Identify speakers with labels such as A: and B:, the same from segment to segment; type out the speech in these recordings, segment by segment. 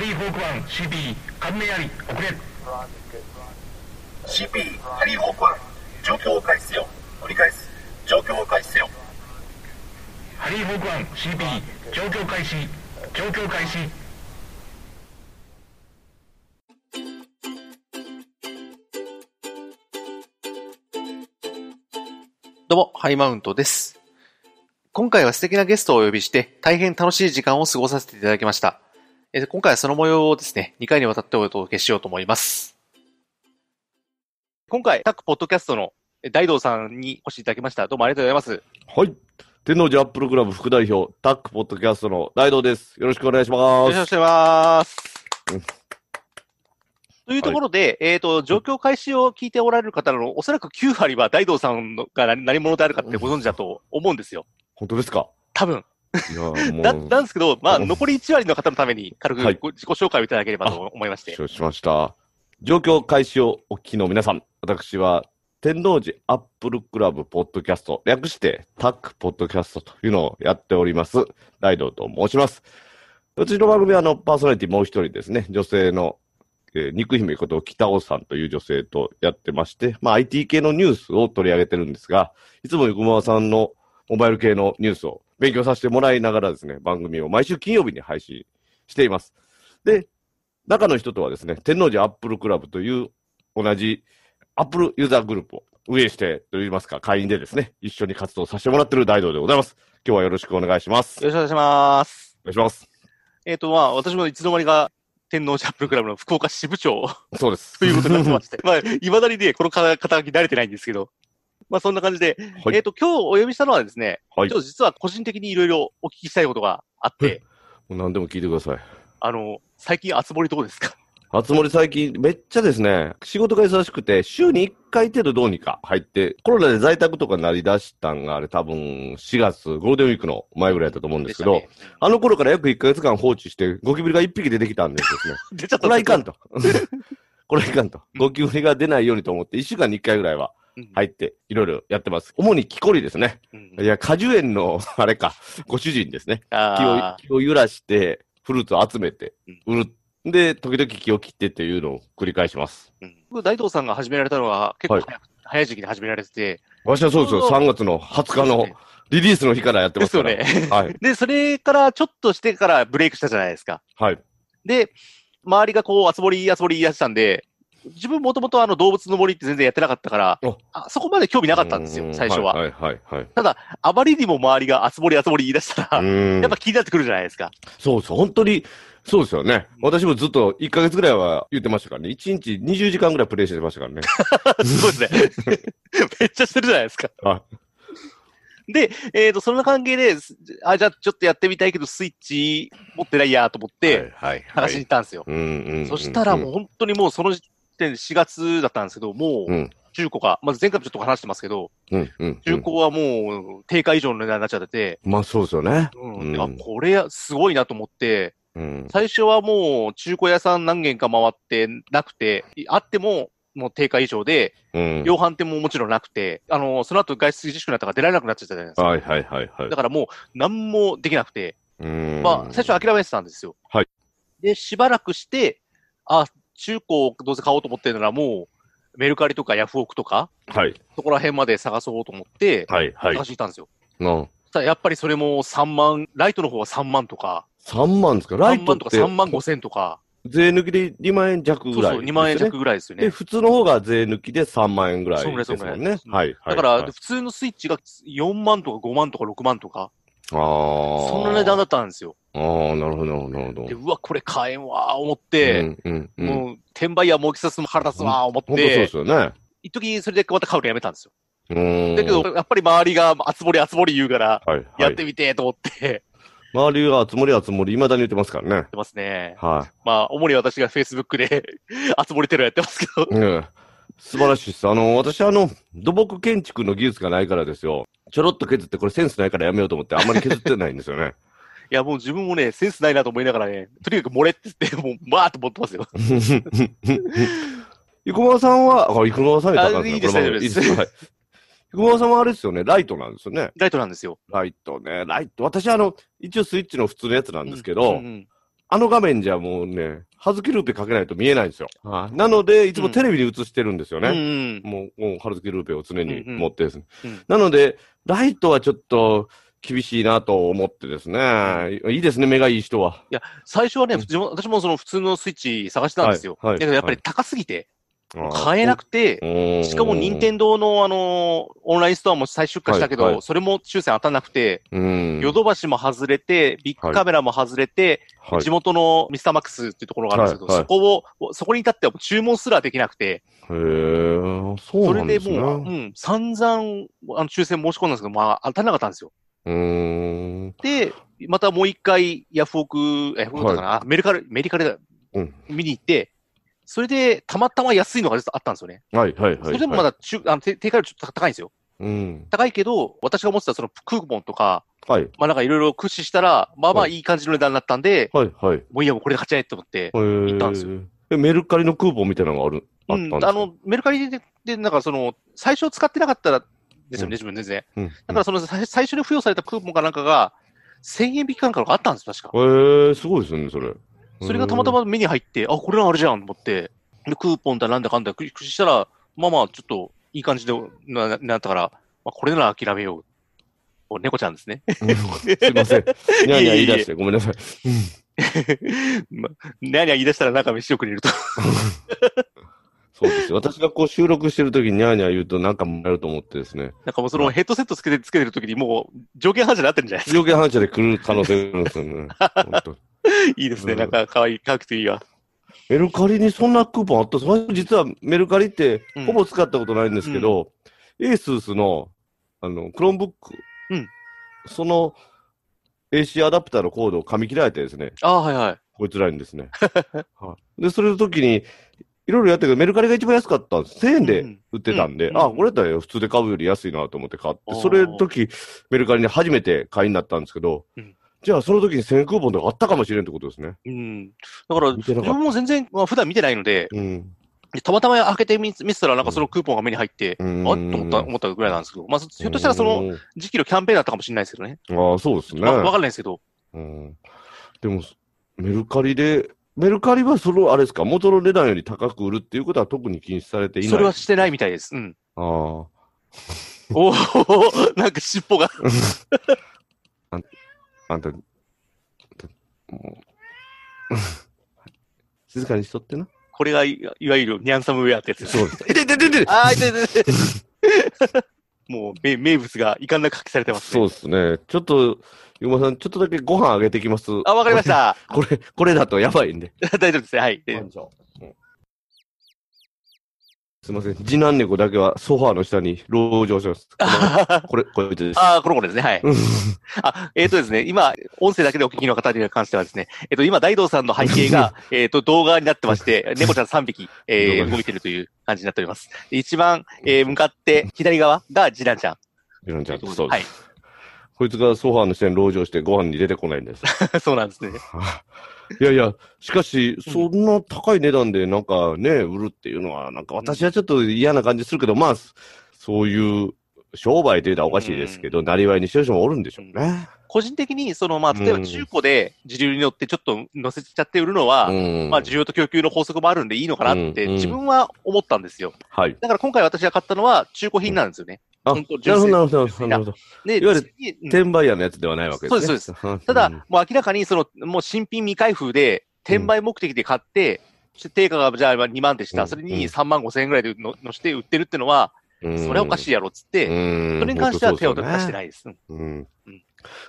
A: リー・ホークワン CP 関連あり遅れ
B: CP ハリー・ホークワン状況を開始せよ繰り返す状況を開始せよ
A: ハリー・ホークワン CP 状況開始状況開始
C: どうも、ハイマウントです。今回は素敵なゲストをお呼びして、大変楽しい時間を過ごさせていただきました。えー今回はその模様をですね、2回にわたってお届けしようと思います。今回、各ポッドキャストのえー大道さんにお越しいただきました。どうもありがとうございます。
D: はい。天王寺アップルクラブ副代表、タックポッドキャストの大道です。よろしくお願いし
C: よ
D: ま
C: ろしくお願い
D: す。
C: します
D: うん。
C: というところで、えっ、と、状況開始を聞いておられる方の、おそらく9割は大道さんのが何何者であるかってご存知だと思うんですよ。
D: 本当ですか
C: 多分。
D: いや、もう。
C: だなんですけど、まあ、
D: うん
C: 残り1割の方のために、軽
D: は
C: く
D: い
C: ご自己紹介をいただければと思いまして。
D: 承知しました。状況開始をお聞きの皆さん、私は天王寺アップルクラブポッドキャスト、略してタックポッドキャストというのをやっております、大道と申します。うちの番組はあのパーソナリティもう一人ですね、女性の、えー肉姫こと北尾さんという女性とやってまして、まあ、IT 系のニュースを取り上げてるんですが、いつも横川さんのモバイル系のニュースを勉強させてもらいながらですね、番組を毎週金曜日に配信しています。で、中の人とはですね、天王寺アップルクラブという同じアップルユーザーグループを運営してといいますか、会員でですね、一緒に活動させてもらってる大道でございます。今日はよろしくお願いします。
C: よろしくお願いします。
D: お願いします。
C: えっ、と、まあ、私もいつの間にか、天皇ジャップルクラブの福岡支部長
D: そうです。
C: ということになってまして、まあ、いまだにね、この肩書き慣れてないんですけど、まあ、そんな感じで、
D: はい
C: えっ、と、今日お呼びしたのはですね、
D: はい
C: ちょっと実は個人的にいろいろお聞きしたいことがあって、
D: もう何でも聞いてください。
C: あの、最近、熱盛どうですか
D: 熱森最近めっちゃですね、仕事が忙しくて、週に1回程度どうにか入って、コロナで在宅とかになりだしたんがあれ多分4月、ゴールデンウィークの前ぐらいだったと思うんですけど、
C: でしたね
D: あの頃から約1ヶ月間放置して、ゴキブリが1匹出てきたんですですね。
C: 出ちゃった
D: これはいかんと。これはいかんと。ゴキブリが出ないようにと思って、1週間に1回ぐらいは
C: うん
D: 入って、いろいろやってます。主に木こりですね。
C: うん
D: いや、果樹園の、あれか、ご主人ですね。木を
C: あー
D: 木を揺らして、フルーツを集めて
C: うん、
D: 売る。で、時々木を切ってっていうのを繰り返します。
C: うん僕大東さんが始められたのは、結構
D: はい
C: 早,、早い時期に始められてて、
D: 私はそうですよ。
C: そう
D: 3月の20日のリリースの日からやって
C: で
D: ますすか
C: よ
D: ら。
C: ね。
D: はい。
C: で、それからちょっとしてからブレイクしたじゃないですか。
D: はい。
C: で、周りがこう、あつぼり、あつぼり言い出したんで、自分もともとあの動物の森って全然やってなかったから
D: お、
C: あそこまで興味なかったんです
D: う
C: よ、
D: ん
C: 最初は。
D: はい、はい、はい。
C: あまりにも周りがあつぼり、あつぼり言い出したら、
D: うん
C: やっぱ気になってくるじゃないですか。
D: そうそう、本当に、そうですよね。私もずっと1ヶ月ぐらいは言ってましたからね。1日20時間ぐらいプレイしてましたから ね。
C: すごいですね。 めっちゃしてるじゃないですか。
D: は
C: で、えっ、と、その関係で、すあ、じゃあちょっとやってみたいけど、スイッチ持ってないやと思って、
D: はい、は
C: 探しに行
D: い。
C: ったんですよ。
D: うんうんうん
C: そしたらもう本当にもうその時点で4月だったんですけど、も
D: う、
C: うん中古が、まず前回もちょっと話してますけど、
D: うん、うん。
C: 中古はもう定価以上の値段になっちゃってて、
D: まあそうですよね。
C: うん
D: うん
C: あこれすごいなと思って、
D: うん。
C: 最初はもう中古屋さん何軒か回ってなくて、あっても、もう定価以上で、
D: うん。
C: 量販店ももちろんなくて、あの、その後外出自粛になったから出られなくなっちゃったじゃないですか。
D: はいはいはいはい
C: だ。からもう何もできなくて、
D: うん
C: まあ、最初諦めてたんですよ。
D: はい。
C: で、しばらくして、あ、中古をどうせ買おうと思ってるならもう、メルカリとかヤフオクとか、
D: はい
C: そこら辺まで探そうと思って、
D: はいはい
C: 探。していたんですよ。
D: な
C: ただやっぱりそれも3万、ライトの方は3万とか、
D: 3万ですかラ
C: 3
D: イト
C: 万
D: っ
C: とか
D: て
C: 3万5千とか、
D: 税抜きで2万円弱
C: そ
D: ぐ
C: う
D: らい。
C: そう、2万円弱。ぐらいですよ
D: で、
C: ね。
D: 普通の方が税抜きで3万円ぐらい
C: そんぐら
D: で
C: い
D: すも
C: そん
D: ん
C: ぐらい
D: ね。はいは
C: だ
D: い。
C: から、
D: はい
C: 普通のスイッチが4万とか5万とか6万とか、
D: ああ。
C: そんな値段だったんですよ。
D: ああ、なるほど、なるほどなるほど
C: で、。うわ、これ買えんわ、思って、
D: うんうんうん。
C: もう、転売屋もうきさすの腹立つわ、思っ
D: 本当そうで
C: て、
D: すよね。
C: 一時それでまた買うのやめたんですよ。
D: うん。
C: だけど、やっぱり周りが、あつぼりあつぼり言うから、
D: はい、はい。
C: やってみて、と思って、やっ
D: 周りが集まり集まり、未だに言ってますからね。
C: てますね。
D: は
C: まあ、主に私が Facebook で、 あつぼりテロやってますけど
D: い。。うん。素晴らしいです。あの、私、あの、土木建築の技術がないからですよ。ちょろっと削って、これセンスないからやめようと思って、あんまり削ってないんですよね。
C: いや、もう自分もね、センスないなと思いながらね、とにかく漏れって言って、もう、バーっと持ってますよ。
D: 生駒さんは、あ、生駒さんに高
C: あいいです
D: これ
C: 大丈夫です
D: いいはい生駒さんはあれですよね、ライトなんですよね。
C: ライトなんですよ。
D: ライトね、ライト。私、あの、一応スイッチの普通のやつなんですけど、
C: うんうん
D: あの画面じゃもうね、はずきルーペかけないと見えないんですよ。なので、いつもテレビで映してるんですよね。
C: うんうん。
D: もう、もう、春月ルーペを常に
C: うんうん
D: 持ってですね。
C: うん
D: なので、ライトはちょっと厳しいなと思ってですね。いいですね、目がいい人は。
C: 最初はね、
D: うん
C: 自分私もその普通のスイッチ探してたんですよ。
D: はいはい
C: だけどやっぱり高すぎて、買えなくて、
D: て
C: しかも任天堂のあの、オンラインストアも再出荷したけど、
D: はいはい
C: それも抽選当たんなくて、
D: うん
C: ヨドバシも外れて、ビッグカメラも外れて、
D: はい
C: 地元のミスターマックスっていうところがあるんですけど、
D: はいはい
C: そこを、そこに至っては注文すらできなくて、
D: へーそ
C: そう
D: な
C: れ
D: ん
C: で
D: ですね。
C: もう、うん、散々、あの、抽選申し込んだんですけど、まあ、当たらなかったんですよ。
D: うーん。
C: で、またもう一回、ヤフオク、ヤフオクだったかな、あメルカリ、メリカリだ、
D: うん
C: 見に行って、それで、たまたま安いのが実はあったんですよね。
D: はいはいはい。
C: それでもま
D: だ。
C: だ中、あの、定定価よりちょっと高いんですよ。
D: うん。
C: 高いけど、私が持ってたそのクーポンとか、
D: はい。
C: まあなんかいろいろ駆使したら、まあまあ
D: はい
C: いい感じの値段になったんで、
D: はいはい。
C: もういいや、もうこれで買っちゃえと思って、行
D: 行
C: ったんです
D: よ。えメルカリのクーポンみたいなのがある、あったん
C: うん、
D: です
C: あ
D: か
C: の、メルカリで、で、なんかその、最初使ってなかったら、ですよ
D: うん
C: ね、自分全然。
D: うん
C: だからその、さい最初に付与されたクーポンかなんかが、1000円引きかなんかがあったんですよ、確か。
D: へえ、すごいですね、それ。
C: それがたまたま目に入って、あ、これはあれじゃんと思って、でクーポンだなんだかんだ駆駆使したら、まあまあ、ちょっといい感じでなななったから、まあ、これなら諦めよう。お猫ちゃんですね。
D: うん。すいません。にゃーにゃー言い出して、ごめんなさい。
C: まあ、何言い出したら中飯をくれると。
D: そうですよ。私がこう収録してるときにニャーニャー言うとなんかもらえると思ってですね。
C: なんかもうそのヘッドセットつけて、つけてるときにもう条件反射になってるんじゃないです
D: 条件反射で来る可能性があるんです よね。本当
C: か。いいですね。なんか可愛い、可愛くていいわ。
D: メルカリにそんなクーポンあったそれ実はメルカリって
C: うん
D: ほぼ使ったことないんですけど、エースースの、あの、クロームブック。
C: うん
D: その AC アダプターのコードを噛み切られてですね、
C: ああ、はいはい。
D: こいつらにで すね。はいで、それの時に、いろいろやったけど、メルカリが一番安かったんです。1000円で売ってたんで、
C: うんうん
D: あ、これだったら普通で買うより安いなと思って買って
C: あ、ー
D: それの時、メルカリに初めて買いになったんですけど、
C: うん
D: じゃあその時に1000クーポンとかあったかもしれんってことですね。
C: うん。だから、
D: 見
C: 自
D: てなかった
C: 分も全然、まあ、普段見てないので、
D: うん。
C: でたまたま開けてみ見せたら、なんかそのクーポンが目に入って、
D: うん
C: あっと思った、思ったぐらいなんですけど、まあ、そひょっとしたらその、時期のキャンペーンだったかもしれないですけどね。
D: の、ああ、そうですね。
C: わ、わかんないですけど、
D: うん、でも、メルカリで、メルカリはその、あれですか、元の値段より高く売るっていうことは特に禁止されていない。
C: それはしてないみたいです。うん。
D: ああ。
C: おお なんか尻尾が。
D: あんた、あんたもう 静かにしとってな。
C: これがい、いわゆるニャンサムウェアってや つです。
D: うです。いてててて
C: ああ、痛い痛い痛い。もう名、名物がいかんなく書きされてます、ね。
D: そうですね。ちょっと、ゆうまさん、ちょっとだけご飯あげてきます。
C: あ、わかりまし。た。
D: これ、これだとやばいんで。
C: 大丈夫ですね。はい。で
D: すいません。次男猫だけはソファーの下に籠城 します。
C: あ
D: これ、これです。
C: あー、この頃ですね。はい。
D: うん
C: あ、えっ、とですね、今、音声だけでお聞きの方に関してはですね、えっ、と、今、大道さんの背景 が、えっと、動画になってまして、猫ちゃん3匹、えー動いてるという感じになっております。で一番、えー向かって、左側が次男ちゃん。
D: ゆうのちゃん、そう
C: は
D: で
C: い
D: す。。こいつがソファーの下に籠城してご飯に出てこないん です。
C: そうなんですね。
D: いやいや、しかし、そんな高い値段でなんかね、売るっていうのは、なんか私はちょっと嫌な感じするけど、まあ、そそういう商売というのはおかしいですけど、なりわいにしてる人もおるんでしょうね。
C: 個人的に、その、まあ、例えば中古で自流に乗ってちょっと乗せちゃって売るのは、
D: うん
C: まあ、需要と供給の法則もあるんでいいのかなって、
D: うん
C: 自分は思ったんですよ。
D: はい。
C: だから今回私が買ったのは中古品なんですよね。
D: あ、
C: 本
D: なる
C: 当
D: ほど、なるほど、なるほど。
C: で、
D: いわゆる
C: 次うん
D: 転売屋のやつではないわけですね。
C: そうです
D: そうです
C: ただ、もう明らかにその、もう新品未開封で、転売目的で買って、そして定価がじゃあ2万でした、
D: うん
C: それに3万5千円ぐらいでののして売ってるってのは、それはおかし
D: い。
C: いやろっつって、
D: うん
C: それに関しては手を出して
D: い。
C: ないです。うん
D: うん
C: うん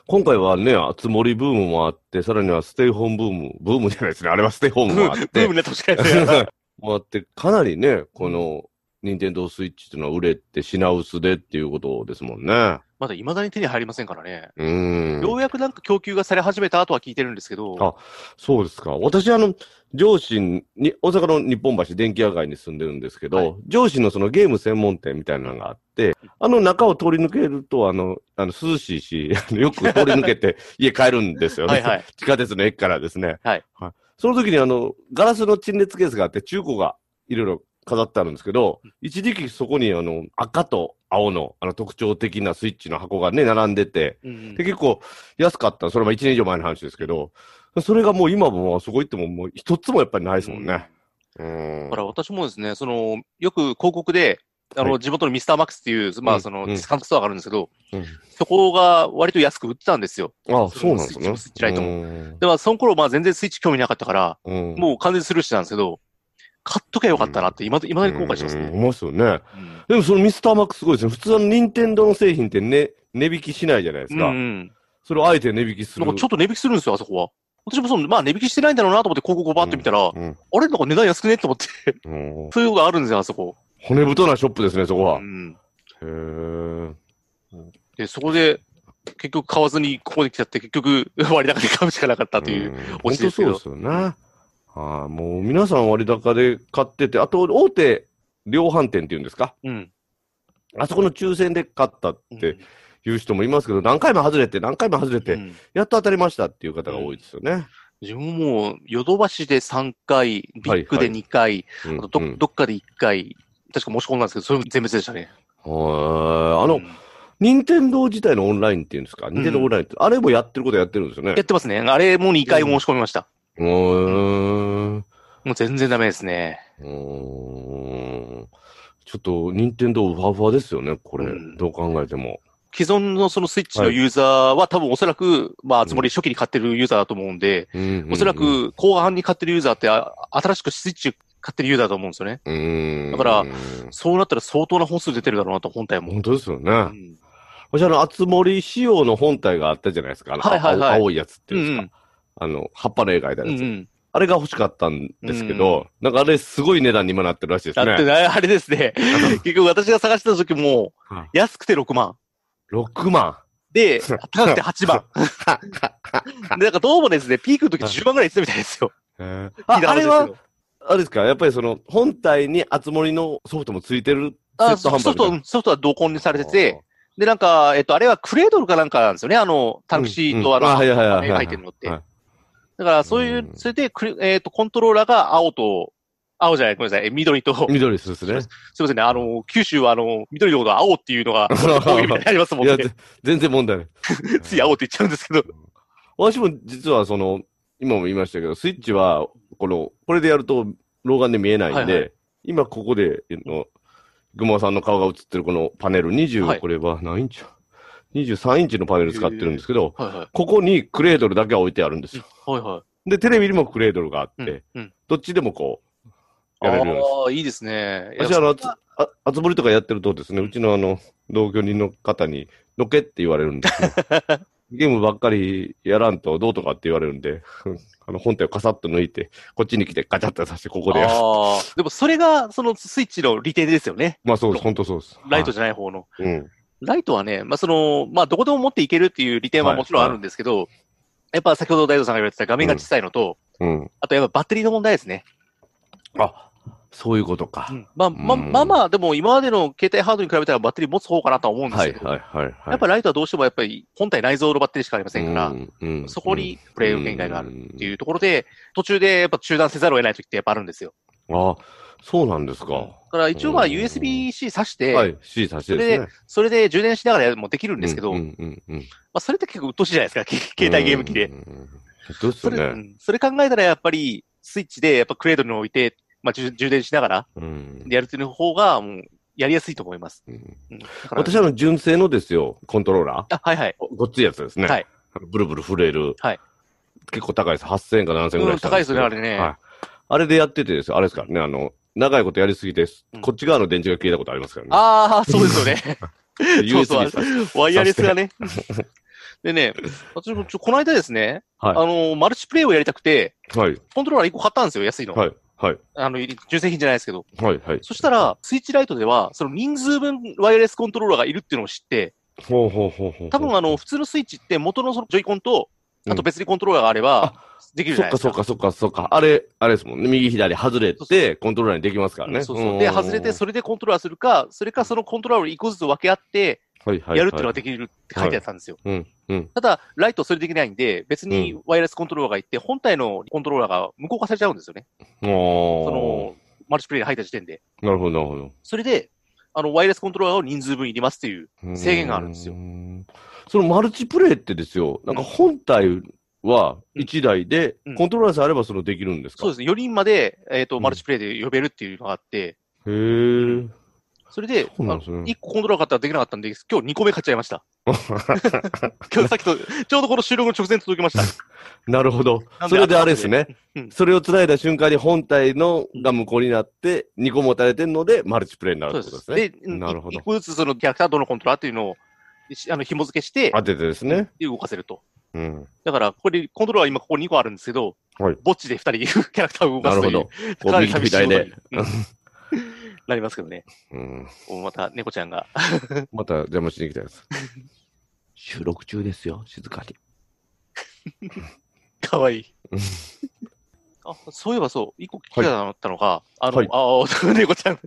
D: 今回はね、あつ森ブームもあって、さらにはステイホームブーム、ブームじゃないですね、あれはステイホー
C: ブ
D: ムもあっ
C: ー
D: て
C: ム、になってほしくないです ね
D: もあって、かなりね、この、任天堂スイッチというのは売れて品薄でっていうことですもんね。
C: まだ未だに手に入りませんからね。
D: うー
C: よ
D: ん。
C: うやくなんか供給がされ始めたとは聞いてるんですけど、
D: あそうですか。私、あの、上信に、大阪の日本橋電気屋街に住んでるんですけど、
C: はい
D: 上信のそのゲーム専門店みたいなのがあって、あの中を通り抜けると、あの、あの涼しいし、 あのよく通り抜 けて家帰るんですよね。
C: はいはい。
D: 地下鉄の駅からですね。
C: はい。
D: その時にあの、ガラスの陳列ケースがあって、中古がいろいろ飾ってあるんですけど、一時期そこにあの、赤と青のあの特徴的なスイッチの箱がね、並んでて、
C: うん
D: で、結構安かった。それも1年以上前の話ですけど、それがもう今もあそこ行ってももう一つもやっぱりないですもんね。うん
C: だから私もですね、その、よく広告で、あの、
D: は
C: 地元のミスターマックスっていう、ま
D: う
C: あ、
D: ん
C: その、
D: うん
C: ディスカウントストアがあるんですけど、
D: うん
C: そこが割と安く売ってたんですよ。
D: ああ、そうなんですね。
C: スイッチライトも
D: も。
C: では、その頃、まあ、全然スイッチ興味なかったから、
D: うん
C: もう完全にスルーしてたんですけど、買っときゃよかったなって、今だ、今だに後悔してます
D: うん
C: ね。
D: 思いますよね。
C: うん。
D: でもそのミスターマックすごいですね。普通の任天堂の製品ってね、値引きしないじゃないで
C: う
D: す
C: ん
D: か。
C: うん。
D: それをあえて値引きす
C: な
D: る。
C: んかちょっと値引きするんですよ、あそこは。私もその、まあ、値引きしてないんだろうなと思って広告をバーって見たら、
D: うん
C: あれなんか値段安くねと思って、
D: うん
C: そういうのがあるんですよ、あそこ。
D: 骨太なショップですね、そこは。
C: う
D: へ
C: ん。
D: え。
C: で、そこで、結局買わずにここに来ちゃって、結局 割高で買うしかなかったという。
D: ん
C: オ
D: 本
C: チで
D: 当
C: すけ
D: そう
C: ど
D: ですよね。はい、もう皆さん割高で買ってて、あと大手量販店っていうんですか
C: うん。
D: あそこの抽選で買ったっていう人もいますけど、何回も外れて、何回も外れて、
C: うん
D: やっと当たりましたっていう方が多いですよね。
C: 自分もヨドバシで3回、ビッグで2回、
D: うん
C: あとど,、
D: うん
C: どっかで1回、確か申し込んだんですけど、それも全滅でしたね。
D: はいあの、
C: うん
D: 任天堂自体のオンラインっていうんですか、任天堂オンラインって、あれもやってることやってるんですよね
C: やっ。てますね。あれも2回申し込みました。
D: うーん。
C: もう全然ダメですね。
D: うーんちょっと、任天堂ウハウハですよね、これ。
C: うん
D: どう考えても。
C: 既存のそのスイッチのユーザーは、多分おそらく、まあ、つまり初期に買ってるユーザーだと思うんで、
D: うんうんうん
C: おそら、く後半に買ってるユーザーって、あ新しくスイッチ買ってるユーザーだと思うんですよね。
D: うん
C: だから
D: うん
C: そうなったら相当な本数出てるだろうなと、本体も。
D: 本当ですよね。
C: うん
D: 私、あの、厚森仕様の本体があったじゃないですか。あの
C: はいはいはい
D: 青青いやつっていうんですか。
C: うん
D: あの、葉っぱの絵描いた
C: う
D: やつ、
C: んうん。
D: あれが欲しかったんですけど、なんかあれ、すごい値段に今なってるらしいです
C: だってね、
D: ね。
C: あれですね。結局私が探してた時も
D: はい、
C: 安くて6万。
D: 6万。
C: で、高くて8万。で、なんかどうもですね、ピークの時10万ぐらい言ってたみたいですよ。
D: あ
C: 聞いた
D: あ
C: 話で
D: れ
C: すけど
D: は、あれですかやっぱりその、本体に厚森のソフトもついてるセ
C: あ
D: ット販売
C: ソフト、う
D: み
C: んソフトは同梱にさ
D: た
C: れ
D: いな
C: てて、、で、なんか、えっと、あれはクレードルかなんかなんですよね。あの、タクシーとあ
D: うんうんあ
C: の、
D: はいはいはい
C: 絵描いてるのって。
D: はい
C: だから、そういうう、
D: ん
C: それでクレ、えっと、コントローラーが青と、青じゃない、ごめんなさい、え緑と、 すい
D: 緑ですね。
C: ませんね、あの、九州はあの、緑のことは青っていうのが、多いみたいになりますも
D: い
C: ん
D: や、
C: ね。
D: ぜ全然問題ない。
C: つ い青って言っちゃうんですけど。
D: 私も実はその、今も言いましたけど、スイッチは、この、これでやると老眼で見えないんで、
C: はい
D: 今ここで、あの、グモさんの顔が映ってるこのパネル、20、
C: はい
D: これは何インチ ?23 インチのパネル使ってるんですけど、
C: はいはい。
D: ここにクレードルだけは置いてあるんですよ。
C: はいは
D: で、テレビにもクレードルがあっ
C: い。
D: て、
C: うんうん
D: どっちでもこう、
C: あ
D: やれるようにして
C: あー、いいですね。いや
D: 私、あの、つあつ森とかやってるとですね、うちのあの、同居人の方に、どけって言われる んですよ。ゲームばっかりやらんとどうとかって言われるんで、 あの、本体をカサッと抜いて、こっちに来てガチャッとさして、ここでやる。
C: あーでもそれが、そのスイッチの利点ですよね。
D: まあそうです、本当そうです。
C: ライトじゃない方の。
D: はいうん。
C: ライトはね、まあ、その、まあ、どこでも持っていけるっていう利点はもちろんあるんですけど、やっぱ先ほど大道さんが言われてた画面が小さいのと、
D: うん。
C: あとやっぱバッテリーの問題ですね。
D: あ、そういうことか。
C: まあ、まあ、
D: うん
C: まあまあ、でも今までの携帯ハードに比べたらバッテリー持つ方かなとは思うんです
D: はい
C: けど、
D: はいはいはい。
C: やっぱライトはどうしてもやっぱり本体内蔵のバッテリーしかありませんから、
D: うんうん
C: そこにプレイ限界がある
D: っ
C: っていうところで、途中でやっぱ中断せざるを得ない時ってやっぱあるんですよ。
D: あ、そうなんですか。
C: だから一応まあ
D: うん
C: USB-C 挿し
D: は
C: て、
D: い、C さしてですね。
C: それで充電しながらやるのもできるんですけど、
D: うんう
C: ま
D: んうんうん
C: あそれって結構鬱陶しいじゃないですか、け携帯ゲーム機で
D: う。んうんうん。どうです
C: そ
D: よ
C: れう
D: ね。
C: んそれ考えたらやっぱりスイッチでやっぱクレードルに置いて、まあ、充充電しながら
D: うん
C: やるっていう方がもうやりやすいと思います。
D: うん
C: うん、だから
D: 私はあの純正のですよ、コントローラ
C: あ、はいはい。
D: ー。ごっついやつですね。
C: はい
D: ブルブル震える。
C: はい
D: 結構高いです。8000円か7000円ぐらいしたんけど
C: うん高いですよねあれね
D: はい。あれでやっててですよあれですからね、あの、長いことやりすぎて、
C: うん
D: こっち側の電池が消えたことありますからね。
C: ああ、そうですよ ね。そうそう
D: USB さして
C: ワイヤレスがね。でね、私もちょ、この間ですね、
D: は
C: あ
D: い
C: のーマルチプレイをやりたくて、
D: はい。
C: コントローラー1個買ったんですよ、安いの。
D: はい。はい。
C: あの、純正品じゃないですけど。
D: はい。はい。
C: そしたら、スイッチライトでは、その人数分ワイヤレスコントローラーがいるっていうのを知って、
D: ほうほうほうほう。
C: 多分あの、普通のスイッチって元のそのジョイコンと、あと別にコントローラーがあれば、できるじ
D: そ
C: ゃな
D: っ
C: い
D: か
C: です
D: そ
C: か
D: っ。かそっかそっか。あれ、あれですもんね。右左外れ
C: そう
D: て、コントローラーにできますから
C: う
D: ね。
C: んそうそう。で、
D: ん
C: 外れて、それでコントローラーするか、それかそのコントローラーを一個ずつ分け合って、
D: はいはい。
C: やるっていうのが
D: で
C: できるって書いてあったんですよ。
D: うん。うん。
C: ただ、ライトそれできないんで、別にワイヤレスコントローラーがいって、本体のコントローラーが無効化されちゃうんですよね。そ
D: お
C: の、マルチプレイに入った時点で。
D: ー。なるほど、なるほど。
C: それで、あの、ワイヤレスコントローラーを人数分いりますっていう。制限があるんですよ
D: うー。そのマルチプレイってですよ、なんか本体は1台で
C: うん、
D: コントローラーさえあればそのできるんですか、
C: そうですね。4人まで、えっ、と、
D: ん
C: マルチプレイで呼べるっていうのがあって、
D: へー。
C: それで、
D: そうなんですね
C: あの1個コントローラー買ったらできなかったんで、今日2個目買っちゃいました。今日さっきと、ちょうどこの収録の直前届きました。
D: なるほど
C: なん。で
D: それであれですね
C: うん。
D: それを繋いだ瞬間に本体のが無効になって、2個持たれてるので、マルチプレイになるってことですね。
C: で、
D: なるほど
C: 1。個ずつそのキャラクターとのコントローラーっていうのを、しあの、紐付けして、
D: 当ててですね。
C: で動かせると。
D: うん。
C: だから、これ、コントローラーは今ここ2個あるんですけど、
D: はい
C: ぼっちで2人キャラクターを動か
D: な
C: す
D: る
C: とい
D: ほ
C: う。
D: ど。こ
C: か
D: う、
C: なり寂し
D: 右と
C: い
D: 左で。
C: ことに。うんなりますけどね。
D: うん。
C: もうまた猫ちゃんが。
D: また邪魔しに来たやつ。
E: 収録中ですよ、静かに。
C: かわいい
D: うん。
C: あそういえばそう、一個聞きたかったのが、あの、
D: はい
C: ああ、猫ちゃん、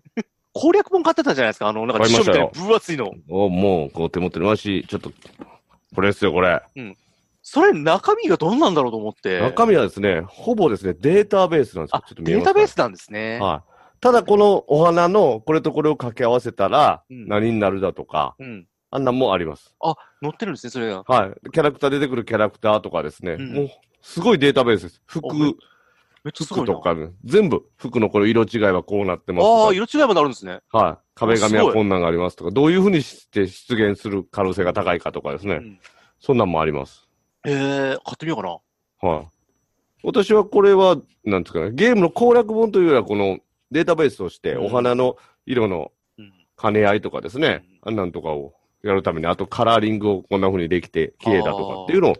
C: 攻略本買ってたじゃないですか、あの、なんか辞書みたいな
D: 買いま
C: 分厚いの。
D: お、もう、こう手持ってるまし、ちょっと、これですよ、これ。
C: それ、中身がどんなんだろうと思って。
D: 中身はですね、ほぼですね、データベースなんです
C: あ
D: よ。ちょっと、見え
C: デー
D: ますか
C: タベースなんですね。
D: はい。ただ、このお花の、これとこれを掛け合わせたら、
C: うん
D: 何になるだとか、
C: うん。
D: あんなんもあります。
C: 載ってるんですね、それが。
D: はい。キャラクター出てくるキャラクターとかですね、
C: うん
D: もう、すごいデータベースです。服、
C: おめめっちゃすご
D: 服
C: いな。
D: とかね、全部、服のこの色違いはこうなってます
C: ああ、
D: と
C: 色違いもなるんですね。
D: か、はい。壁紙
C: すご
D: はいこんなんがありますとか、どういうふうにして出現する可能性が高いかとかですね、
C: うん
D: そんなんもあります。
C: ええ買ってみようかな。
D: はい。私はこれは、なんですかね、ゲームの攻略本というよりは、このデータベースとして、
C: うん
D: お花の色の
C: うん。
D: 兼ね合いとかですね、あんなんとかをやるために、あとカラーリングをこんな風にできて、綺麗だとかっていうのを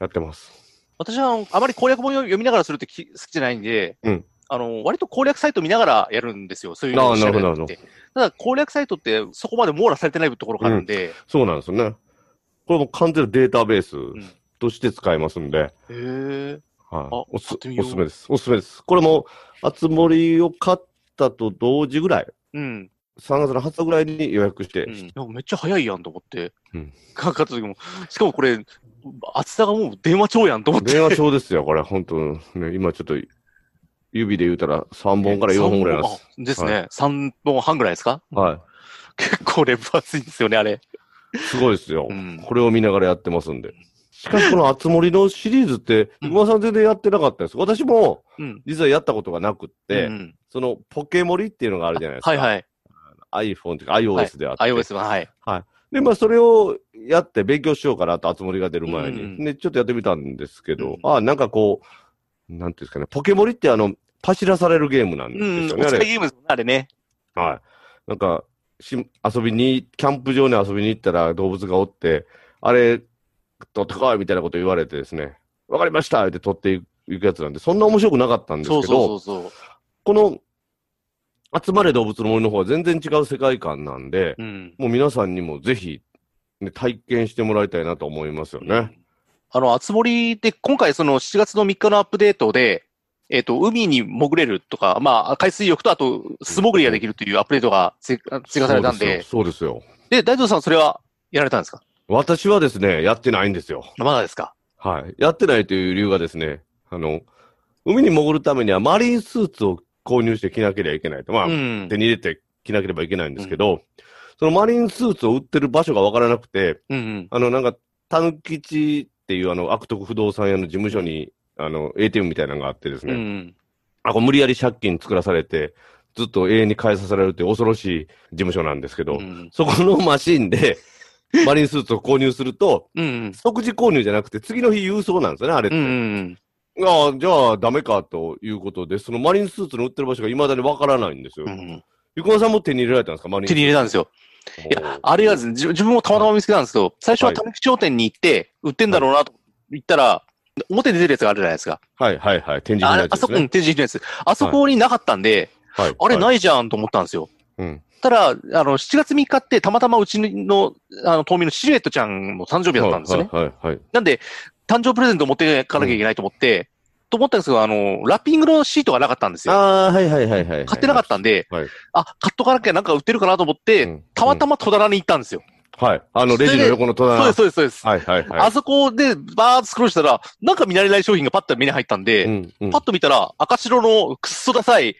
D: やってます。
C: 私はあのあまり攻略本を読みながらするってき好きじゃないんで、
D: うん
C: あの割と攻略サイト見ながらやるんですよ、そういうのを
D: あーなるほど
C: 調べてただ、攻略サイトってそこまで網羅されてないところがあるんで、
D: そうなんですよね。これも完全なデータベース
C: ん
D: として使えますんで、
C: へえ。
D: はい、おす
C: 買ってみよ
D: お
C: う
D: すすめです。おすすめです。これも、あつ森を買ったと同時ぐらい、
C: うん。
D: 3月の20日ぐらいに予約して、
C: うん、なんかめっちゃ早いやんと思って。
D: うん
C: かかった時も。しかもこれ、厚さがもう電話帳やんと思って。
D: 電話帳ですよ、これ、本当、ね、今ちょっと、指で言うたら3本から4本ぐらいなんで
C: で
D: す。
C: す。ですね。三本半ぐらいですか
D: は
C: 結構レ分厚いんですよね、あれ。
D: い。すごいですよ。
C: うん
D: これを見ながらやってますんで。しかし、このあつ森のシリーズって、
C: うん
D: 馬さん全然やってなかったです。私も、
C: うん。
D: 実はやったことがなくって、
C: うん、
D: その、ポケモリっていうのがあるじゃないですか。
C: はいはい。
D: iPhone というか iOS であって。
C: iOS は、はい。
D: で、まあ、それをやって勉強しようかなと、あつ森が出る前に。
C: うんうん
D: で、ちょっとやってみたんですけど、
C: うん
D: あなんかこう、なんていうんですかね、ポケモリってあの、パシらされるゲームなんです
C: う
D: よね
C: ん。お。
D: あ
C: 使い
D: れ
C: ゲームですもんね、あれね。
D: はい。なんか、し遊びに、キャンプ場に遊びに行ったら動物がおって、あれ、取ってこいみたいなこと言われてですね、わかりましたって取っていくいくやつなんで、そんな面白くなかったんです
C: そ
D: けど、
C: うそうそうそう。
D: この、集まれ動物の森の方は全然違う世界観なんで、
C: うん。
D: もう皆さんにもぜひ、ね、体験してもらいたいなと思いますよね。
C: あの、あつ森で、今回その7月の3日のアップデートで、えっ、と、海に潜れるとか、まあ、海水浴と、あと、素潜りができるというアップデートが追あ追加されたんで、
D: そうですよ。そうです
C: で
D: よ
C: 大東さんそれはやられたんですか
D: 私はですね、やってないんですよ。
C: まだですか
D: はい。やってないという理由がですね、あの、海に潜るためにはマリンスーツを購入して着なければいけないと。まあ、
C: うん
D: 手。に入れて着なければいけないんですけど、そのマリンスーツを売ってる場所がわからなくて、
C: うんうん。
D: あの、なんか、たぬきちっていうあの、悪徳不動産屋の事務所に、あの、ATM みたいなのがあってです
C: うん
D: ね、
C: うん。
D: あこう無理やり借金作らされて、ずっと永遠に返さされるっていう恐ろしい事務所なんですけ
C: う
D: ど、
C: ん
D: そこのマシンで、マリンスーツを購入すると、
C: うん。
D: 即時購入じゃなくて、次の日郵送なんですよね、あれ
C: う
D: って。
C: ん。
D: ああ、じゃあ、ダメかということで、そのマリンスーツの売ってる場所が未だにわからないんですよ
C: う。ん。
D: ゆくまさんも手に入れられたんですか、マリン
C: 手
D: スーツ。
C: に入れたんですよ。
D: い
C: いや、あれがですね、自自分もたまたま見つけたんですけど、最初は
D: はい
C: たぬき商店に行って、売ってんだろうなと言ったら、表に出てるやつがあるじゃないですか。
D: はいはいはい。展示品
C: あ
D: の
C: れ
D: やつ
C: あ
D: で
C: そ
D: す
C: こ、うん
D: ね。
C: 展示品のやつ。あそこになかったんで、
D: はい。
C: あれ
D: い
C: ないじゃんと思ったんですよ。
D: うん。
C: ただ、あの、7月3日ってたまたまうちの、あの、島民のシルエットちゃんの誕生日だったんですよね。
D: はいはいはいはい。
C: なんで、誕生日プレゼント持っていかなきゃいけないと思って、と思ったんですけど、あの、ラッピングのシートがなかったんですよ。
D: ああ、はいはいはいはい。
C: 買ってなかったんで、
D: はい
C: あ、買っとかなきゃなんか売ってるかなと思って、
D: うん
C: たまたま戸棚に行ったんですよ。
D: た。はい。あの、レジの横の戸
C: そうで
D: 棚
C: す、。そうです、そうです。
D: はいはいはい。
C: あそこでバーッとスクロールしたら、なんか見慣れない商品がパッと目に入ったんで、
D: うんうん
C: パッと見たら、赤白のくっそダサい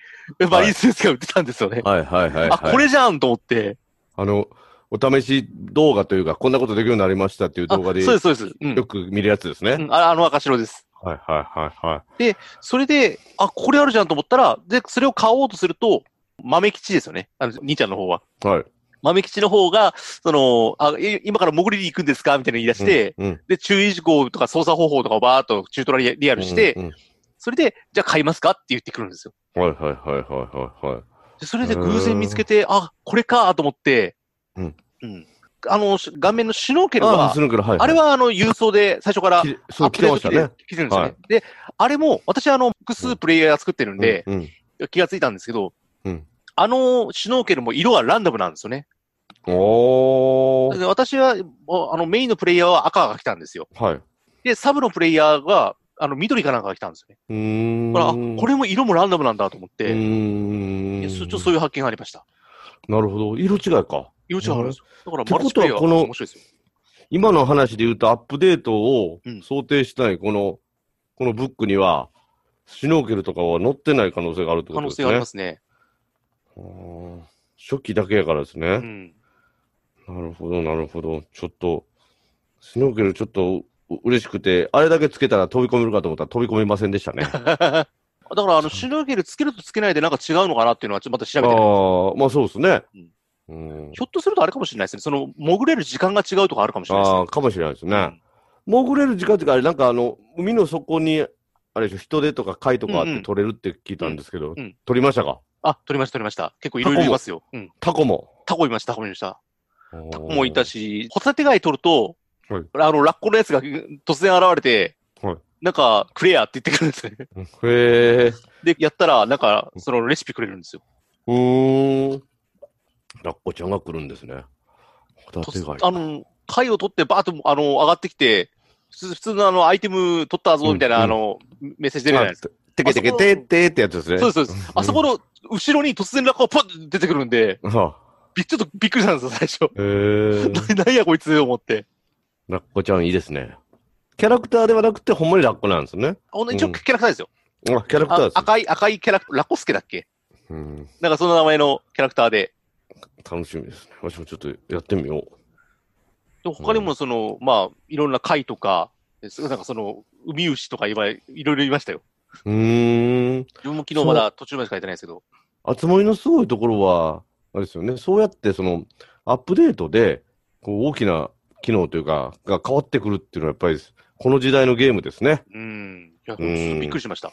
C: マリンスーツが売ってたんですよね。
D: はいはいはいはい。
C: あ、これじゃんと思って。
D: あの、お試し動画というか、こんなことできるようになりましたっていう
C: あ
D: 動画で、
C: そうです、
D: よ
C: そうです。うん。
D: く見るやつです
C: う
D: ね。
C: んああの赤白です。
D: はいはいはいはい。
C: それで、あ、これあるじゃんと思ったら、で、それを買おうとすると、豆吉ですよね。あの、兄ちゃんの方は。
D: はい。
C: 豆吉の方が、その、あ、え今から潜りに行くんですかみたいなの言い出して、
D: うん、
C: で、注意事項とか操作方法とかをバーっとチュートラリアルして、
D: うんうん
C: それで、じゃあ買いますかって言ってくるんですよ。
D: はいはいはいはいはいはい。
C: でそれで偶然見つけて、あ、これかと思って、
D: うん。
C: うん。あの、し顔面のシュノーケル
D: ああ、
C: は
D: す、るから、はい、
C: あれ、はあの、郵送で最初から
D: きそ
C: アッ
D: う、
C: プデ
D: 来て
C: ー
D: ま
C: ト
D: した
C: で
D: ね。
C: きてるんですよね。
D: は
C: で、あれも、私あの、複数プレイヤー作ってるんで、
D: うんうん
C: 気がついたんですけど、
D: うん
C: あのシュノーケルも色はランダムなんですよね。
D: おー。
C: で私は、もうあのメインのプレイヤーは赤が来たんですよ。
D: はい。
C: で、サブのプレイヤーが、あの、緑かなんかが来たんですよね。
D: うーん。
C: だから、あこれも色もランダムなんだと思っ
D: う
C: て、
D: ーん
C: いやそちょっとそういう発見がありました。
D: なるほど。色違いか。
C: 色違いあるんですよ。だから、
D: て
C: マ
D: ことは
C: ルチプレイヤー
D: この
C: 面白いですよ。
D: 今の話で言うと、アップデートを
C: うん
D: 想定してない、この、このブックには、シュノーケルとかは載ってない可能性があるって
C: 可
D: こと
C: 能
D: です
C: 性
D: ね。
C: がありますね。
D: あー初期だけやからです
C: う
D: ね。
C: ん。
D: なるほど、なるほど。ちょっと、シュノーケルちょっとう嬉しくて、あれだけつけたら飛び込めるかと思ったら飛び込めませんでしたね。あ
C: だから、あの、シュノーケルつけるとつけないでなんか違うのかなっていうのは、ちょっとまた調
D: あ
C: べてない。
D: ー、まあそうですね。うん
C: ひょっとするとあれかもしれないですね。その、潜れる時間が違うとかあるかもしれないですね
D: ああ、かもしれないです
C: う
D: ね
C: ん。
D: 潜れる時間っていうか、あれなんかあの、海の底に、あれでしょ、人手とか貝とかあっ
C: うんう
D: て
C: ん
D: 取れるって聞いたんですけど、
C: うん
D: 取りましたか
C: あ、取りました、取りました。結構いろいろいますよ。うん。
D: タコも。
C: タコいました、タコいました。タコもいた
D: し。
C: し、ホタテ貝取ると、
D: はい
C: あの、ラッコのやつが突然現れて、
D: はい
C: なんか、クレアって言ってくるんですね。
D: へ
C: で、
D: え。
C: やったら、なんか、そのレシピくれるんですよ。
D: うーん。ラッコちゃんが来るんですね。ホタテ貝。
C: あの、貝を取って、バーッと、あの、上がってきて、普通普通のあの、アイテム取ったぞ、みたいな、
D: うん
C: あの、メッセージ出るじゃないですか。
D: てけてけてってってやつですね。
C: そうです、そうです。あそこの後ろに突然ラッコがポッて出てくるんで、
D: はあ
C: びちょっとびっくりしたんですよ、最初。
D: へえ。
C: な何やこいつ、思って。
D: ラッコちゃんいいですね。キャラクターではなくて、ほんまにラッコなんですね。
C: あほんで一応
D: うん
C: キャラクターですよ。
D: あキャラクター
C: あ
D: ですね。
C: 赤い、赤いキャラクター、ラコスケだっけ
D: うん
C: なんかその名前のキャラクターで。
D: 楽しみですね。私もちょっとやってみよう。
C: で他にもその、まあ、いろんな貝とか、そうなんかその、海牛とかいわゆるいろいろいましたよ。
D: うーん。
C: 自分も昨日まだ途中までしか書いてないですけど。
D: あつ森のすごいところは、あれですよね、そうやってそのアップデートでこう大きな機能というか、が変わってくるっていうのはやっぱりこの時代のゲームですね。
C: うん。いや、
D: うん
C: ちょっとびっくりしました。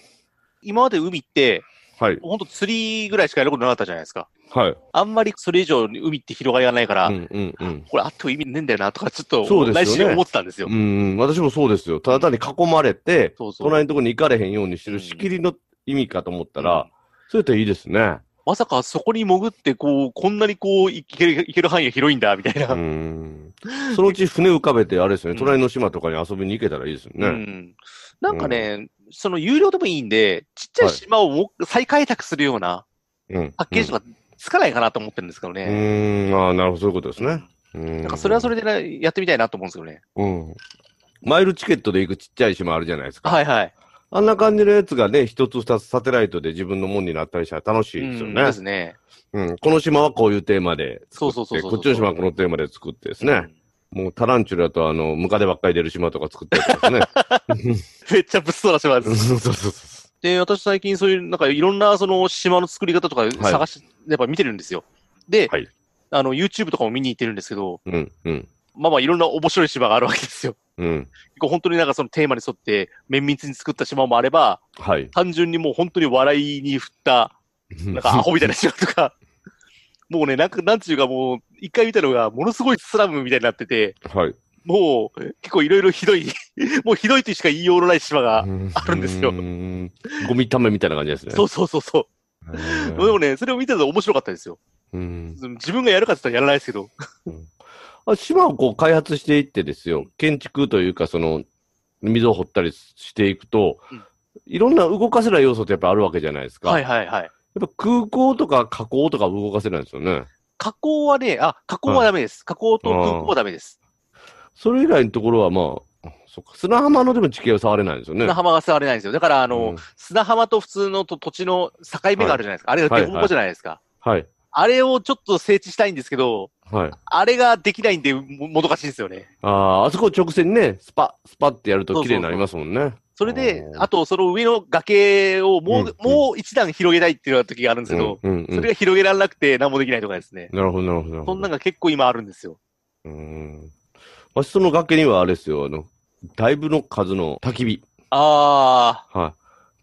C: 今まで海って、
D: はい。
C: ほんと釣りぐらいしかやることなかったじゃないですか。
D: はい。
C: あんまりそれ以上に海って広がりがないから、
D: うんうんうん。
C: これあっても意味ねえんだよなとか、ちょっと、
D: そうですよね
C: 内心思ってたんですよ。
D: うんうん、私もそうですよ。ただ単に囲まれて、
C: そうそう。
D: 隣のところに行かれへんようにして
C: うん
D: る仕切りの意味かと思った
C: う
D: ら
C: ん、
D: そうやったらいいですね。
C: まさかそこに潜って、こう、こんなにこう、行ける、行ける範囲が広いんだ、みたいな。
D: う
C: うん。
D: ん。そのうち船浮かべて、あれですよ
C: うん
D: ね、隣の島とかに遊びに行けたらいいですよね。
C: なんかね、その有料でもいいんで、ちっちゃい島をもう再開拓するような
D: うん。
C: パッケージとかつかないかなと思ってるんですけど
D: う
C: ね。
D: ん、ああ、なるほど、そういうことです
C: う
D: ね
C: ん。
D: な
C: なんかそれはそ
D: れ
C: れでねやってみたいなと思うんですよね。
D: うん。マイルチケットで行くちっちゃい島あるじゃないですか。
C: はいはい。
D: あんな感じのやつがね、一つ二つサテライトで自分のもんになったりしたら楽しいですよ
C: うん
D: ね
C: で。すね。
D: うん、この島はこういうテーマで作って、
C: そうそうそうそうそう
D: こっちの島はこのテーマで作ってですね。もうタランチュラとあの、ムカデばっかり出る島とか作ったりとか ね。
C: めっちゃ物騒な島
D: そ
C: で
D: う
C: す。
D: そうそうそ
C: で、私最近そういう、なんかいろんなその島の作り方とか探し、やっぱ見てるんですよ。で、
D: はい
C: あの、YouTube とかも見に行ってるんですけど、
D: う。うん、うん、
C: まあまあいろんな面白い島があるわけですよ。
D: うん。
C: 結構本当になんかそのテーマに沿って綿密に作った島もあれば、
D: はい。
C: 単純にもう本当に笑いに振った、 なんかアホみたいな島とか、もうね、なんか、なんていうかもう、一回見たのが、ものすごいスラムみたいになってて、
D: はい。
C: もう、結構いろいろひどい、 もうひどいとしか言いようのない島が、
D: あ
C: るんですよ
D: ゴミためみたいな感じですね。
C: そうそうそうそうう。
D: ん
C: でもね、それを見てると面白かったですよ。
D: うん。
C: 自分がやるかって言ったらやらないですけど。
D: あ島をこう開発していってですよ、建築というか、その、溝を掘ったりしていくと、
C: うん
D: いろんな動かせない要素ってやっぱあるわけじゃないですか。
C: はい
D: や
C: はいはい。
D: っぱ空港とか河口とか動かせないんですよね。
C: 加工はね、あ、加工はダメです。加工と空港はダメです。
D: それ以外のところはまあ、あそっか、砂浜のでも地形を触れないんですよね。
C: 砂浜が触れないんですよ。だから、あの、
D: うん
C: 砂浜と普通のと土地の境目があるじゃないですか。あれが凸凹じゃないですか。
D: はい。
C: あれをちょっと整地したいんですけど、
D: はい。
C: あれができないんで、ももどかしいんですよね。
D: ああー、あそこ直線ね、スパ、スパってやると
C: そうそうそう
D: 綺麗になりますもんね。
C: それで
D: お、ー
C: あと、その上の崖をもう、
D: うん
C: もう一段広げたいっていうような時があるんですけど、
D: うんうんうん
C: それが広げられなくて何もできないとかですね。
D: なるほど、なるほどなるほど。
C: そんなんが結構今あるんですよ。
D: うーん。わしその崖にはあれですよ、あの、だいぶの数の焚き火。
C: あ
D: は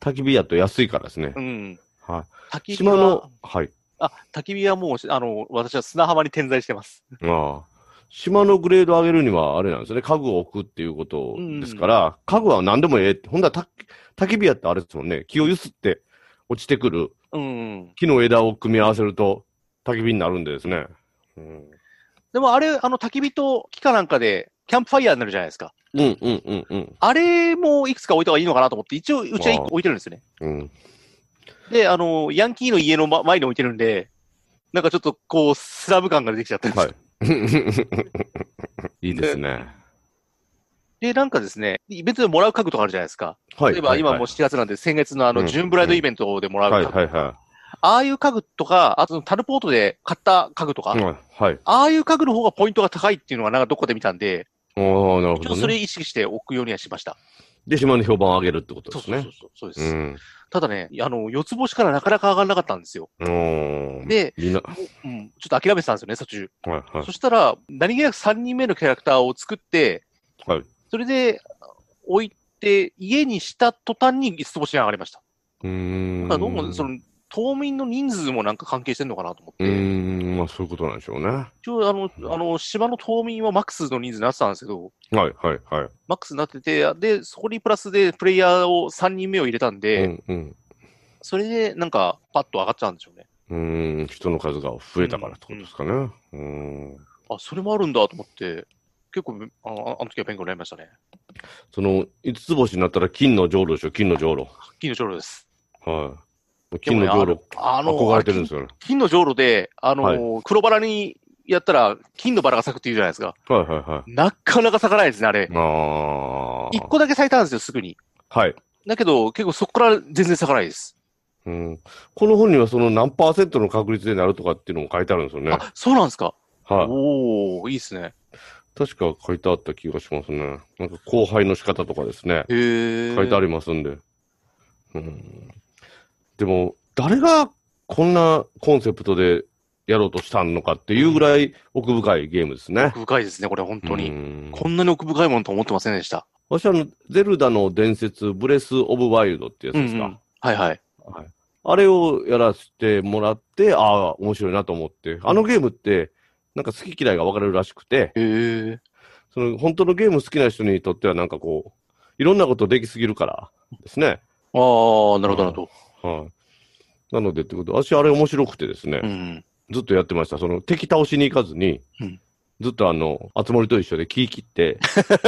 D: い。焚き火やと安いからですね
C: あ、う。ん。
D: は
C: 焚
D: い。
C: き火
D: 島
C: は
D: の、、はい。
C: あ、焚き火はもう、あの、私は砂浜に点在してます。
D: ああ。島のグレードを上げるには、あれなんですよね。家具を置くっていうことですから、家具は何でもええって。ほんだら焚き焚き火やってあれですもんね。木をゆすって落ちてくる
C: うん。
D: 木の枝を組み合わせると焚き火になるんでですね。うん。
C: でもあれ、あの、焚き火と木かなんかで、キャンプファイヤーになるじゃないですか。
D: うんうんうんうん。
C: あれもいくつか置いた方がいいのかなと思って、一応、うちは一個置いてるんですよね。
D: うん。
C: で、あの、ヤンキーの家のま前に置いてるんで、なんかちょっと、こう、スラム感が出てきちゃったんですよ
D: はい。 いいですね。
C: で、なんかですね、イベントでもらう家具とかあるじゃないですか。
D: はい。
C: 例えば今もう7月なんで、先月のあ
D: う
C: の、
D: ん
C: ジューンブライドイベントでもらう
D: はい
C: 家具。
D: はいは
C: ああいう家具とか、あとタルポートで買った家具とか、
D: い。はい。はい。
C: ああいう家具の方がポイントが高いっていうのはなんかどこかで見たんで、
D: おおなるほ
C: ちょっと
D: ど、
C: それ
D: ね。
C: 意識しておくようにはしました。
D: で、島の評判を上げるってことです
C: そうそ
D: ね
C: う。そうそうで
D: う
C: す、
D: ん。
C: ただね、あの、四つ星からなかなか上がらなかったんですよ。
D: うん。
C: で、
D: みんな、は
C: うん、ちょっと諦めてたんですよね、途中。
D: いはい
C: そ。したら、何気なく3人目のキャラクターを作って、
D: はい
C: それで置いて、家にした途端に五つ星に上がりました。
D: うー
C: だ
D: ん。
C: からどうも、その、島民の人数もなんか関係してんのかなと思っ
D: う
C: て、
D: ーん、まあそういうことなんでしょうね。は
C: 一応、あの、あの、島の島民はマックスの人数になってたんですけど、
D: いはいはい。
C: マックスになってて、で、そこにプラスでプレイヤーを3人目を入れたんで、
D: うんうん。
C: それでなんか、パッと上がっちゃうんでしょうね。
D: うーん、人の数が増えたからってことですかね。うーん。
C: あ、それもあるんだと思って、結構、あのあの時は勉強になりましたね。
D: その、五つ星になったら金の浄炉でしょ、金の浄炉。
C: 金の上路です。
D: はい。金の浄炉、
C: あの、
D: 憧れてるんですよね。
C: 金の上路で、あのー黒バラにやったら金のバラが咲くっていうじゃないですか。
D: はいはいは
C: なかなか咲かないですね、あれ
D: い。。あ
C: 一個だけ咲いたんですよ、すぐに。
D: あ。はい。
C: だけど、結構そこから全然咲かないです。
D: うん、この本にはその何パーセントの確率でなるとかっていうのも書いてあるんですよね。
C: あ、そうなんですか。
D: はい。
C: おおいいですね。
D: 確か書いてあった気がしますね。なんか後輩の仕方とかですね。
C: へえ。
D: 書いてありますんで。うん。でも、誰がこんなコンセプトでやろうとしたのかっていうぐらい奥深いゲームですね。
C: 奥深いですね、これ、本当に。
D: に
C: こんなに奥深いものと思ってませんでした。
D: 私はあの、ゼルダの伝説、ブレス・オブ・ワイルドってやつ
C: うん
D: ですか。
C: うんはいはい。
D: はい。あれをやらせてもらって、ああ、面白いなと思って。あのゲームって、なんか好き嫌いが分かれるらしくて、
C: へえ。
D: その本当のゲーム好きな人にとってはなんかこう、いろんなことできすぎるからですね。
C: ああ、なるほど、なるほど。
D: はい。なのでってこと、私あれ面白くてですね、
C: うん。
D: ずっとやってました。その敵倒しに行かずに、
C: うん
D: ずっとあの、集まりと一緒で木切 って、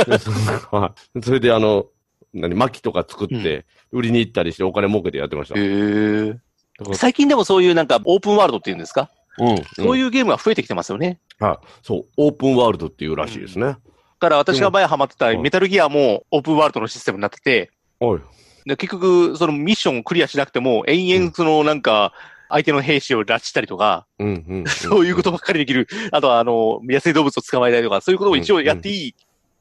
D: でそのはいそれであの、何、薪とか作って、売りに行ったりしてお金儲けてやってました。
C: へえ。
D: だから
C: 最近でもそういうなんかオープンワールドっていうんですか、
D: うん、
C: そういうゲームが増えてきてますよね。
D: はい。そう、オープンワールドっていうらしいですね。
C: だから私が前ハマってた
D: うん
C: メタルギアもオープンワールドのシステムになってて、
D: はい。
C: で結局そのミッションをクリアしなくても延々そのなんか相手の兵士を拉致したりとか、
D: うんうんん。
C: そういうことばっかりできる。あとはあの、野生動物を捕まえたりとか、そういうことを一応やっていいっ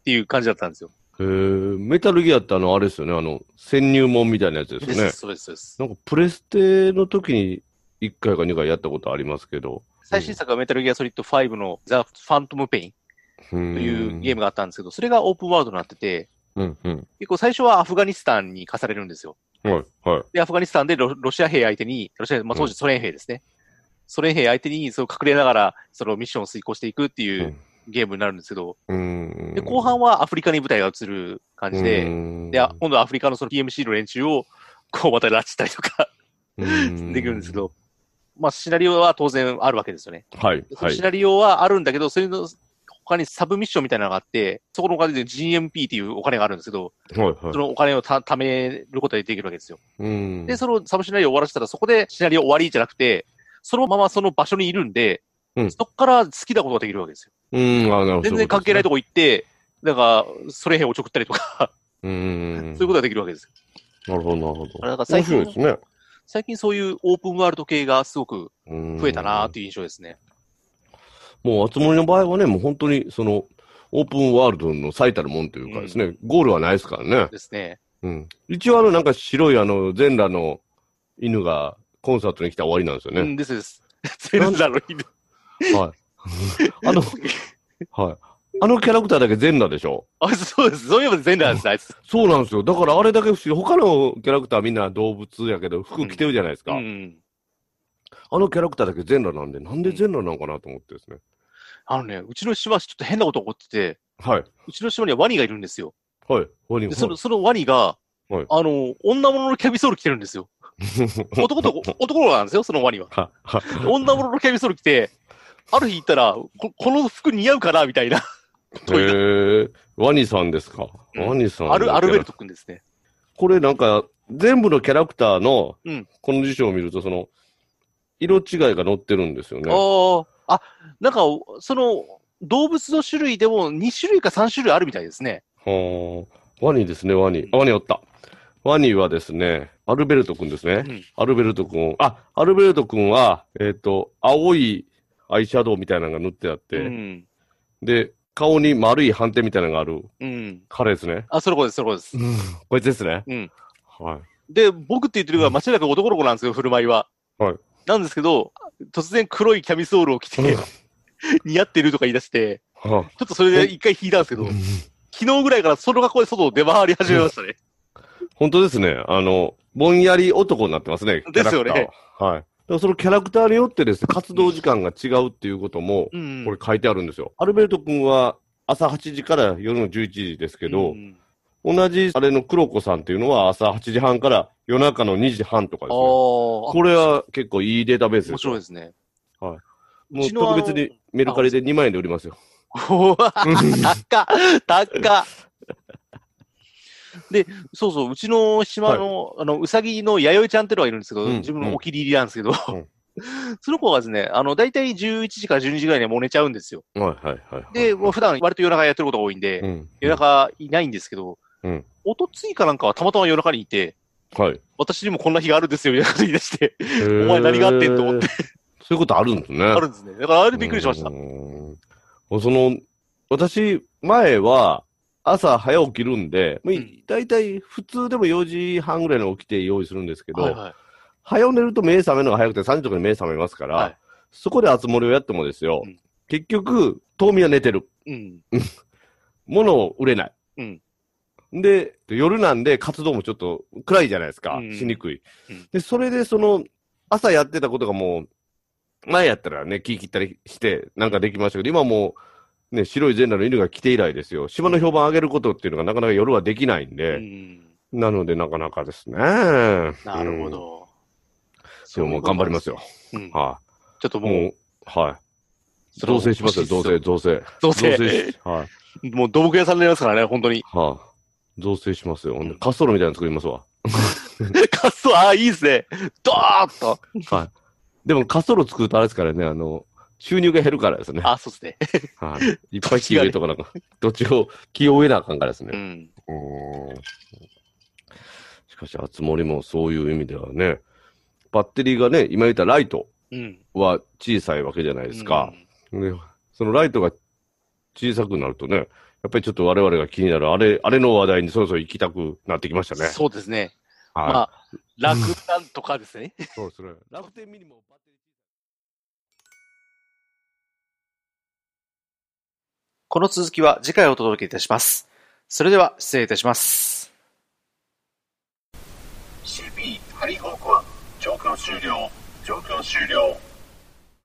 C: ていう感じだったんですよ。
D: へーメタルギアってあの、あれですよね。あの、潜入門みたいなやつで
C: で
D: すよ
C: す
D: ね。
C: そうです、そうです。
D: なんか、プレステの時に1回か2回やったことありますけど。
C: 最新作はメタルギアソリッド5のザ・ファントム・ペイン
D: と
C: と
D: い
C: いうゲー
D: ム。
C: ムがあったんですけど、それがオープンワールドになってて、
D: うんうん。
C: 結構最初はアフガニスタンに課されるんですよ。
D: はい、はい。
C: で、アフガニスタンでロロシア兵相手に、ロシア、まあ、当時ソ連兵ですね。ソ連兵相手に、そう隠れながら、そのミッションを遂行していくっていううんゲームになるんですけど、
D: うん
C: で、後半はアフリカに舞台が移る感じで、
D: で
C: で、あ今度はアフリカのその PMC の連中を、 こうまた拉致したりとか
D: で
C: できるんですけ
D: ど。
C: ど、まあ、シナリオは当然あるわけですよね。
D: はい、
C: でそ
D: は
C: の
D: い
C: シ。ナリオはあるんだけど、それの、他にサブミッションみたいなのがあって、そこのお金で GMP っていうお金があるんですけど、
D: はい、
C: そ
D: は
C: のお金をた貯めることができるわけですよ。
D: い。うん
C: で、そのサブシナリオを終わらせたら、そこでシナリオ終わりじゃなくて、そのままその場所にいるんで、
D: うん
C: そこから好きなことができるわけですよ。
D: うん、あなるほど。
C: 全然関係ないと
D: と
C: こ行って、なんか、ソ連兵をちょくったりとか、
D: う
C: そうんい。うことができるわけですよ。
D: なるほど、なるほ
C: あれだから
D: ど。
C: 最
D: 面
C: 近
D: 白いですね。
C: 最近そういうオープンワールド系がすごく
D: うん
C: 増えたなーっていう印象ですね。
D: もう、熱森の場合はね、もう本当に、その、オープンワールドの最たるもんというかですね、ゴールはないですからね。
C: ですね。
D: うん。一応、あの、なんか白い、あの、全裸の犬がコンサートに来たら終わりなんですよ
C: う
D: ね。
C: ん、ですです。 ゼルダの犬。
D: はい。あの、はい。あのキャラクターだけ全裸でしょ
C: あ、そうです。そういえば全裸なんです、あいつ。
D: そうなんですよ。だからあれだけ不思議。他のキャラクターみんな動物やけど、服着てるじゃないです
C: う
D: か。
C: ん。
D: あのキャラクターだけ全裸なんで、なんで全裸なのかなと思ってですね。
C: あのね、うちの島、ちょっと変なこと起こってて、
D: はい。
C: うちの島にはワニがいるんですよ。
D: はい。ワニ
C: で、
D: が
C: その、そのワニが、
D: はい
C: あの、女物のキャビソール着てるんです よ。男と、男の子なんですよ、そのワニは。
D: はは
C: 女物のキャビソール着て、ある日行ったら、ここの服似合うかなみたいな。
D: へーワニさんですか。
C: うん
D: ワニさん。
C: アル、アルベル。ト君ですね。
D: これなんか、全部のキャラクターの
C: うん、
D: この辞書を見ると、その、色違いが載ってるんですよね。
C: ああ、あ、なんか、その、動物の種類でも2種類か3種類あるみたいですね。
D: はあ、ワニですね、ワニ。あワニおった。ワニはですね、アルベルト君ですね。
C: うん
D: アルベルト君。あ、アルベルト君は、えっ、と、青いアイシャドウみたいなのが塗ってあって、
C: うん。
D: で、顔に丸い斑点みたいなのがある
C: うん。
D: 彼ですね。
C: あ、その子です、その子です。
D: こいつですね。
C: うん。
D: はい。
C: で、僕って言ってるのが間違いなく男の子なんですよ、振る舞いは。
D: はい
C: なんですけど、突然黒いキャミソールを着て、 似合ってるとか言い出して、
D: は
C: ちょっとそれで一回引いたんですけ
D: あ
C: ど、昨日ぐらいからその格好で外を出回り始めましたね。
D: 本当ですね。あの、ぼんやり男になってますね。キャラクターは
C: ですよね。
D: はい。だからそのキャラクターによってですね、活動時間が違うっていうことも、
C: うん
D: これ書いてあるんですよ。アルベルト君は朝8時から夜の11時ですけど、
C: うん
D: 同じあれの黒子さんっていうのは朝8時半から夜中の2時半とか
C: あ
D: で
C: あ、
D: すね。これは結構いいデータベースで
C: 面
D: すよ
C: 白いですね。
D: もう
C: ちのあの
D: 特別にメルカリで2万円で売りま すよ。
C: おわ高っ 高っで、そうそう、うちの島の、あの、うさぎの弥生ちゃんってのがいるんですけど、
D: うん
C: 自分のお気に入りなんですけど、
D: うん
C: その子はですね、あの、だいたい11時から12時ぐらいにはもう寝ちゃうんですよ。
D: はいはいはい。
C: で、もう普段割と夜中やってることが多いんで、
D: うん、
C: 夜中いないんですけど、
D: うん
C: おとついかなんかはたまたま夜中にいて、
D: はい。
C: 私にもこんな日があるんですよ、みたいなこと言い出して、
D: お。
C: お前何があってんと思って
D: そういうことあるんですね。
C: あるんですね。だからあれでびっくりしました
D: う。ーんその、私、前は、朝早起きるんで、もうい
C: うん
D: 大体普通でも4時半ぐらいに起きて用意するんですけど、
C: はいはい。
D: 早寝ると目覚めるのが早くて3時とかに目覚めますから、
C: はい
D: そこで熱盛をやってもですよ、
C: うん
D: 結局、冬眠は寝てる。
C: うん。
D: 物を売れない。
C: うん
D: で、夜なんで活動もちょっと暗いじゃないですか。
C: うん
D: しにくい
C: うん。
D: で、それでその、朝やってたことがもう、前やったらね、木切ったりして、なんかできましたけど、今もう、ね、白い全裸の犬が来て以来ですよ。島の評判上げることっていうのがなかなか夜はできないん
C: う
D: で、
C: ん
D: なのでなかなかですね。な
C: なるほ。ど。
D: でももう頑張りますよ。。
C: うん、
D: は
C: ちょっと
D: い。
C: もう、
D: もう、はい。
C: それ
D: 同棲しますよ、同棲、同棲。
C: どう
D: 同棲
C: せ、
D: し、はい。
C: もう土木屋さんになりますからね、本当に。
D: はあ、造成しますよ。ほんで、滑走路みたいなの作りますわ。
C: カスああ、いいですね。ドーッと。
D: でも、滑走路作るとあれですからね、あの、収入が減るからですね。
C: あ、そうですね。
D: はい、いっぱい木植えとかなんか、土地を、木を植えなあかんからです
C: う
D: ね。
C: ん。
D: うーんしかし、あつ森もそういう意味ではね、バッテリーがね、今言ったライト
C: うん。
D: は小さいわけじゃないですか。でそのライトが小さくなるとね、やっぱりちょっと我々が気になる、あれ、あれの話題にそろそろ行きたくなってきました
C: うん。
D: ね。
C: そうですね。
D: はい
C: まあ、楽なんとかですね。
D: そうですね。楽天ミニもバッテリー
F: この続きは次回お届けいたします。それでは失礼いたします。
B: CP ハリーホークは状況終了状況終了